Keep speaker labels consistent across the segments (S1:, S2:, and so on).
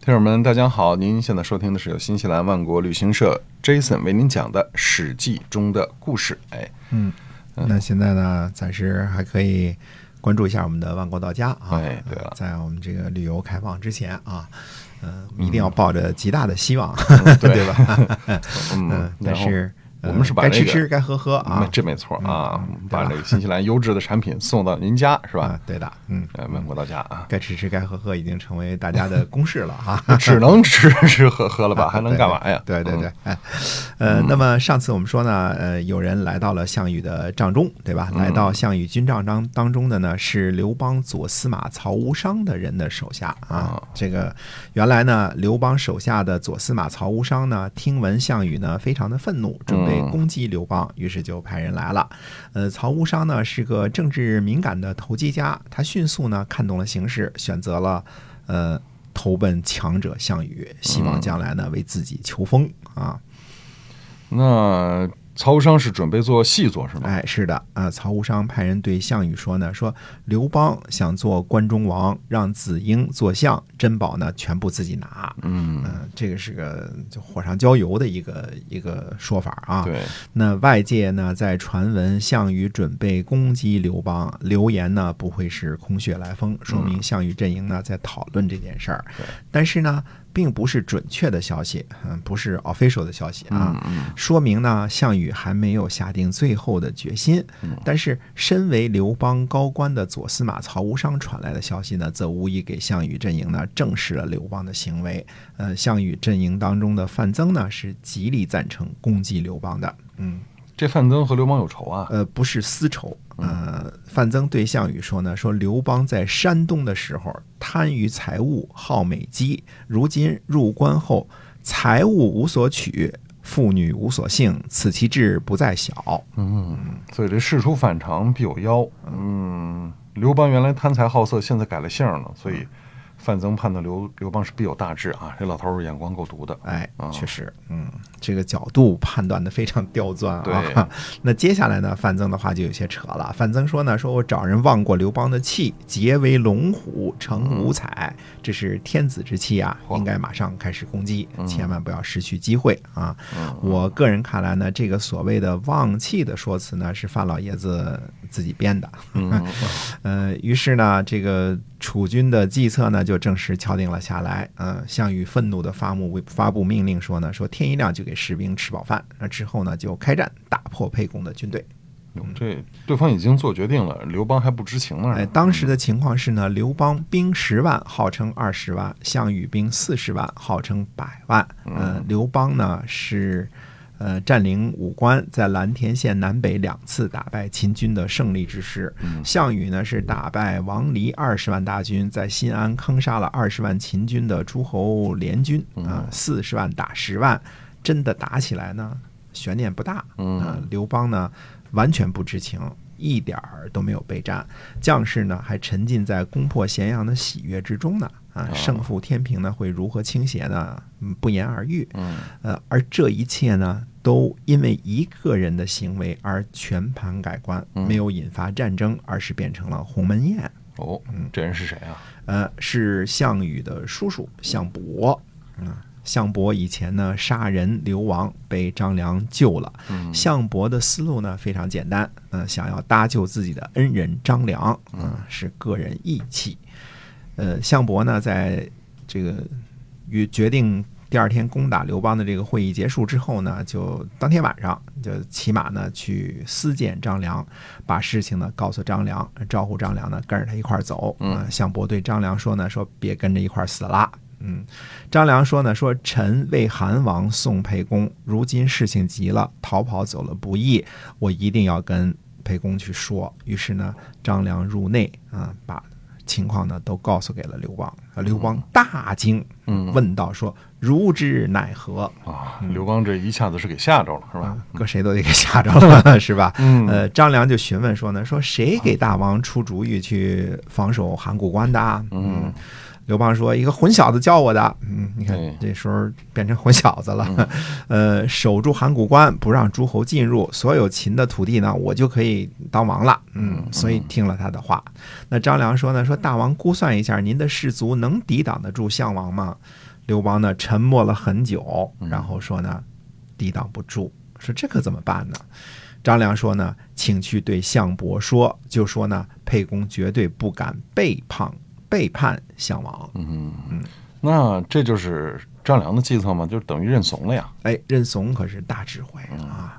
S1: 听友们，大家好！您现在收听的是由新西兰万国旅行社 Jason 为您讲的《史记》中的故事。哎，
S2: 嗯，那现在呢，暂时还可以关注一下我们的万国到家啊。
S1: 哎对了
S2: 在我们这个旅游开放之前啊，嗯、呃，一定要抱着极大的希望，
S1: 对
S2: 对吧？
S1: 嗯
S2: 嗯，
S1: 然
S2: 但
S1: 后
S2: 是呃
S1: 我们是把
S2: 该
S1: 这
S2: 吃
S1: 个
S2: 吃，该喝喝
S1: 那
S2: 啊。
S1: 这没错啊，
S2: 嗯嗯
S1: 把这个新西兰优质的产品送到您家是吧
S2: 啊？，对的，嗯，
S1: 哎，万国到家啊，
S2: 该吃吃，该喝喝，已经成为大家的公式了哈。
S1: 只能吃吃喝喝了吧？还能干嘛呀？
S2: 啊 对对
S1: 嗯
S2: 对，哎，呃，那么上次我们说呢，呃，有人来到了项羽的帐中，对吧？
S1: 嗯
S2: 来到项羽军帐当当中的呢，是刘邦左司马曹无伤的人的手下啊
S1: 啊。
S2: 这个原来呢，刘邦手下的左司马曹无伤呢，听闻项羽呢非常的愤怒，准备
S1: 嗯
S2: 攻击刘邦，于是就派人来了。呃，曹无伤呢是个政治敏感的投机家，他迅速呢看懂了形势，选择了呃投奔强者项羽，希
S1: 嗯
S2: 望将来呢为自己求封啊。
S1: 那曹无伤是准备做细作是吗？
S2: 哎，是的，啊、曹无伤派人对项羽说呢，说刘邦想做关中王，让子婴做相，珍宝呢全部自己拿。
S1: 嗯
S2: 嗯、，这个是个就火上浇油的一个一个说法啊。
S1: 对，
S2: 那外界呢在传闻项羽准备攻击刘邦，流言呢不会是空穴来风，说明项羽阵营呢在讨论这件事儿。但是呢，并不是准确的消息，嗯，不是 official 的消息啊。说明呢，项羽还没有下定最后的决心。但是，身为刘邦高官的左司马曹无伤传来的消息呢，则无疑给项羽阵营呢证实了刘邦的行为。呃，项羽阵营当中的范增呢，是极力赞成攻击刘邦的。嗯，
S1: 这范增和刘邦有仇啊？
S2: 呃，不是私仇。呃，范增对项羽说呢，说刘邦在山东的时候贪于财物，好美姬，如今入关后，财物无所取，妇女无所幸，此其志不在小。
S1: 嗯，所以这事出反常必有妖。嗯，刘邦原来贪财好色，现在改了性了，所以范增判断刘刘邦是必有大志啊。这老头儿眼光够毒的。
S2: 哎
S1: 啊，
S2: 确实，嗯，这个角度判断的非常刁钻
S1: 对
S2: 啊。那接下来呢，范增的话就有些扯了。范增说呢，说我找人望过刘邦的气，结为龙虎，成五彩，这是天子之气啊，
S1: 嗯嚯嗯
S2: 应该马上开始攻击，千万不要失去机会啊。我个人看来呢，这个所谓的望气的说辞呢，是范老爷子自己编的。
S1: 嗯，
S2: 呃，于是呢，这个楚军的计策呢就正式敲定了下来。呃，项羽愤怒的发布发布命令说呢，说天一亮就给士兵吃饱饭。那之后呢，就开战，打破沛公的军队。
S1: 哟嗯这对方已经做决定了，刘邦还不知情呢。
S2: 哎，当时的情况是呢，刘邦兵十万，号称二十万；项羽兵四十万，号称百万。呃，刘邦呢是。呃，占领武关，在蓝田县南北两次打败秦军的胜利之师。项羽呢是打败王离二十万大军，在新安坑杀了二十万秦军的诸侯联军啊，四、0十万打十万，真的打起来呢，悬念不大。
S1: 嗯
S2: 啊刘邦呢完全不知情，一点儿都没有备战，将士呢还沉浸在攻破咸阳的喜悦之中呢。
S1: 哦
S2: 啊，胜负天平呢会如何倾斜呢？嗯不言而喻。
S1: 嗯，
S2: 呃，而这一切呢，都因为一个人的行为而全盘改观，
S1: 嗯
S2: 没有引发战争，而是变成了鸿门宴。
S1: 哦，
S2: 嗯
S1: 这人是谁啊？
S2: 呃，是项羽的叔叔项伯啊。项伯以前呢杀人流亡，被张良救了。项伯的思路呢非常简单，嗯、想要搭救自己的恩人张良，嗯、是个人义气。呃，项伯呢在这个与决定第二天攻打刘邦的这个会议结束之后呢，就当天晚上就骑马呢去私见张良，把事情呢告诉张良，招呼张良呢跟着他一块儿走。
S1: 嗯
S2: 呃项伯对张良说呢，说别跟着一块儿死啦。嗯，张良说呢，说臣为韩王送沛公，如今事情急了，逃跑走了不易，我一定要跟沛公去说。于是呢，张良入内啊，把情况呢都告诉给了刘邦。啊刘邦大惊，
S1: 嗯
S2: 问道说：“如之乃何
S1: 啊，刘邦这一下子是给吓着了，是？”吧
S2: 啊？，搁谁都得给吓着了，是吧？
S1: 嗯
S2: 呃，张良就询问说呢，说谁给大王出主意去防守函谷关的啊？嗯，刘邦说一个混小子教我的。嗯，你看
S1: 哎
S2: 这时候变成混小子了。 呃，守住函谷关，不让诸侯进入，所有秦的土地呢，我就可以当王了。嗯，所以听了他的话。那张良说呢，说大王估算一下，您的士卒能抵挡得住项王吗？刘邦呢沉默了很久，然后说呢，抵挡不住，说这可怎么办呢？张良说呢，请去对项伯说，就说呢，沛公绝对不敢背叛背叛项王。
S1: 嗯那这就是张良的计策嘛，就等于认怂了呀。
S2: 哎，任怂可是大指挥啊。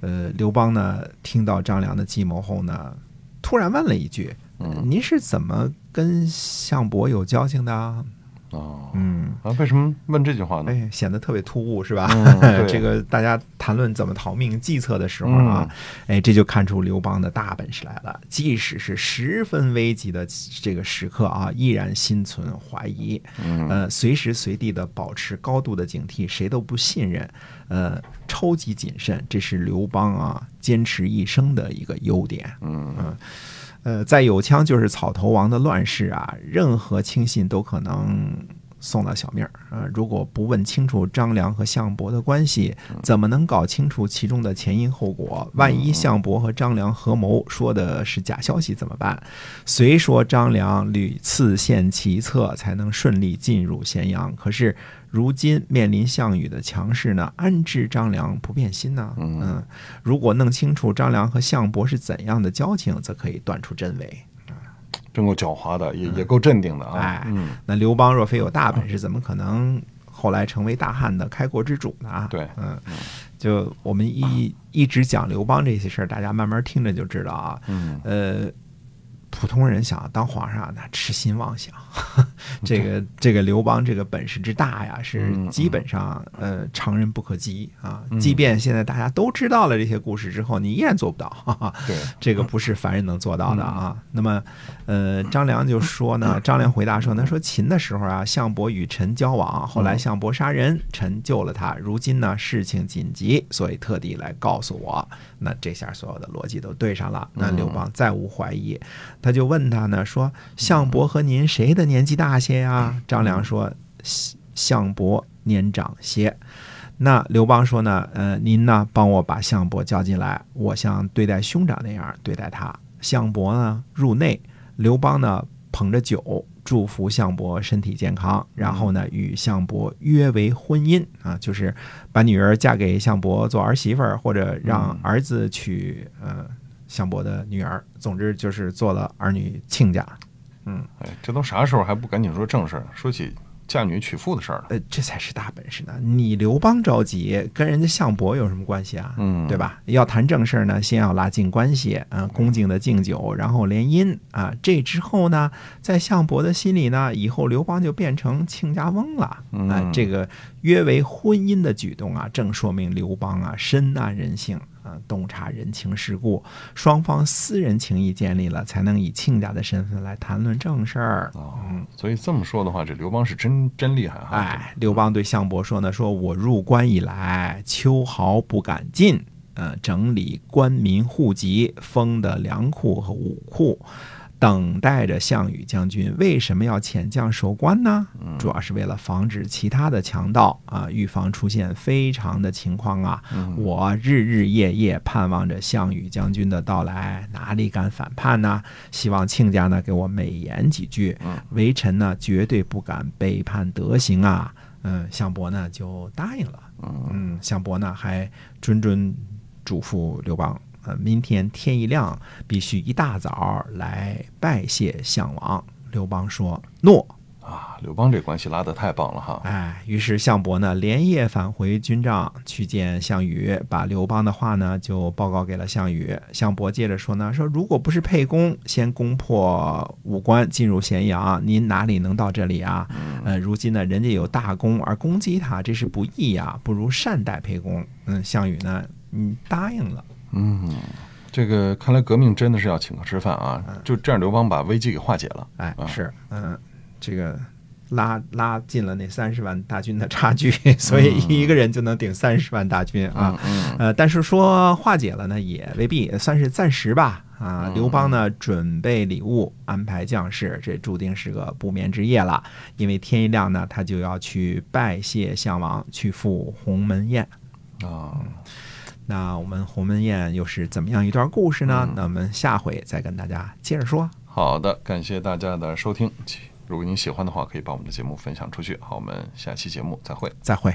S2: 呃，刘邦呢，听到张良的计谋后呢，突然问了一句：“
S1: 嗯
S2: 您是怎么跟项伯有交情的啊
S1: 啊？”
S2: 嗯，
S1: 啊，为什么问这句话呢？
S2: 哎，显得特别突兀，是吧？
S1: 嗯对
S2: 这个大家谈论怎么逃命计策的时候啊，
S1: 嗯
S2: 哎，这就看出刘邦的大本事来了。即使是十分危急的这个时刻啊，依然心存怀疑，
S1: 嗯
S2: 呃，随时随地的保持高度的警惕，谁都不信任，呃，超级谨慎，这是刘邦啊坚持一生的一个优点。嗯呃，在有枪就是草头王的乱世啊，任何轻信都可能送到小命儿啊、呃如果不问清楚张良和项伯的关系，怎么能搞清楚其中的前因后果？万一项伯和张良合谋，说的是假消息怎么办？虽说张良屡次献奇策，才能顺利进入咸阳，可是如今面临项羽的强势呢，安知张良不变心呢？嗯，如果弄清楚张良和项伯是怎样的交情，则可以断出真伪。
S1: 真够狡猾的，也也够镇定的啊
S2: 哎。
S1: 嗯，
S2: 那刘邦若非有大
S1: 啊
S2: 本事，怎么可能后来成为大汉的开国之主呢？
S1: 对啊
S2: 嗯，就我们一一直讲刘邦这些事儿，大家慢慢听着就知道啊。
S1: 嗯，
S2: 呃，普通人想要当皇上，那痴心妄想。 这个这个刘邦这个本事之大呀，是
S1: 嗯嗯嗯
S2: 基本上呃常人不可及啊。即便现在大家都知道了这些故事之后，你依然做不到。哈哈
S1: 对，
S2: 这个不是凡人能做到的啊。那么，呃，张良就说呢，张良回答说呢，说秦的时候啊，项伯与臣交往，后来项伯杀人，臣救了他，如今呢事情紧急，所以特地来告诉我。那这下所有的逻辑都对上了，那刘邦再无怀疑，他就问他呢，说项伯和您谁的年纪大些呀？张良说，项项伯年长些。那刘邦说呢，呃，您呢帮我把项伯叫进来，我像对待兄长那样对待他。项伯呢入内，刘邦呢捧着酒祝福项伯身体健康，然后呢与项伯约为婚姻啊，就是把女儿嫁给项伯做儿媳妇儿，或者让儿子娶呃项伯的女儿。总之就是做了儿女亲家。
S1: 哎，这都啥时候还不赶紧说正事儿？说起嫁女娶妇的事儿了。
S2: 呃，这才是大本事呢。你刘邦着急，跟人家项伯有什么关系啊？
S1: 嗯
S2: 对吧？要谈正事儿呢，先要拉近关系，啊，恭敬的敬酒，然后联姻啊。这之后呢，在项伯的心里呢，以后刘邦就变成亲家翁了啊
S1: 嗯。
S2: 这个约为婚姻的举动啊，正说明刘邦啊深谙人性啊，洞察人情世故，双方私人情谊建立了，才能以亲家的身份来谈论正事儿。
S1: 哦，所以这么说的话，这刘邦是真真厉害哈！
S2: 哎，刘邦对项伯说呢：“说我入关以来，秋毫不敢进，呃，整理官民户籍，封的粮库和武库，等待着项羽将军。为什么要遣将守关呢？主要是为了防止其他的强盗啊，预防出现非常的情况啊。我日日夜夜盼望着项羽将军的到来，哪里敢反叛呢？希望亲家呢给我美言几句。微臣呢绝对不敢背叛德行啊。嗯，项伯呢就答应了。嗯，项伯呢还谆谆嘱咐刘邦，呃，明天天一亮必须一大早来拜谢项王。刘邦说诺。
S1: 啊，刘邦这关系拉得太棒了哈！
S2: 哎，于是项伯呢连夜返回军帐去见项羽，把刘邦的话呢就报告给了项羽。项伯接着说呢，说如果不是沛公先攻破武关进入咸阳，您哪里能到这里啊？呃，如今呢人家有大功而攻击他，这是不义呀、不如善待沛公。嗯，项羽呢，嗯答应了。
S1: 嗯，这个看来革命真的是要请客吃饭啊！就这样，刘邦把危机给化解了。
S2: 嗯哎
S1: 啊，
S2: 是，嗯，这个拉拉近了那三十万大军的差距， 所以一个人就能顶三十万大军
S1: 嗯
S2: 啊。呃，但是说化解了呢，也未必，算是暂时吧。啊，刘邦呢，准备礼物，安排将士，这注定是个不眠之夜了。因为天一亮呢，他就要去拜谢项王，去赴鸿门宴。
S1: 啊，
S2: 那我们鸿门宴又是怎么样一段故事呢？那我们下回再跟大家接着说。
S1: 好的，感谢大家的收听，如果您喜欢的话，可以把我们的节目分享出去。好，我们下期节目再会。
S2: 再会。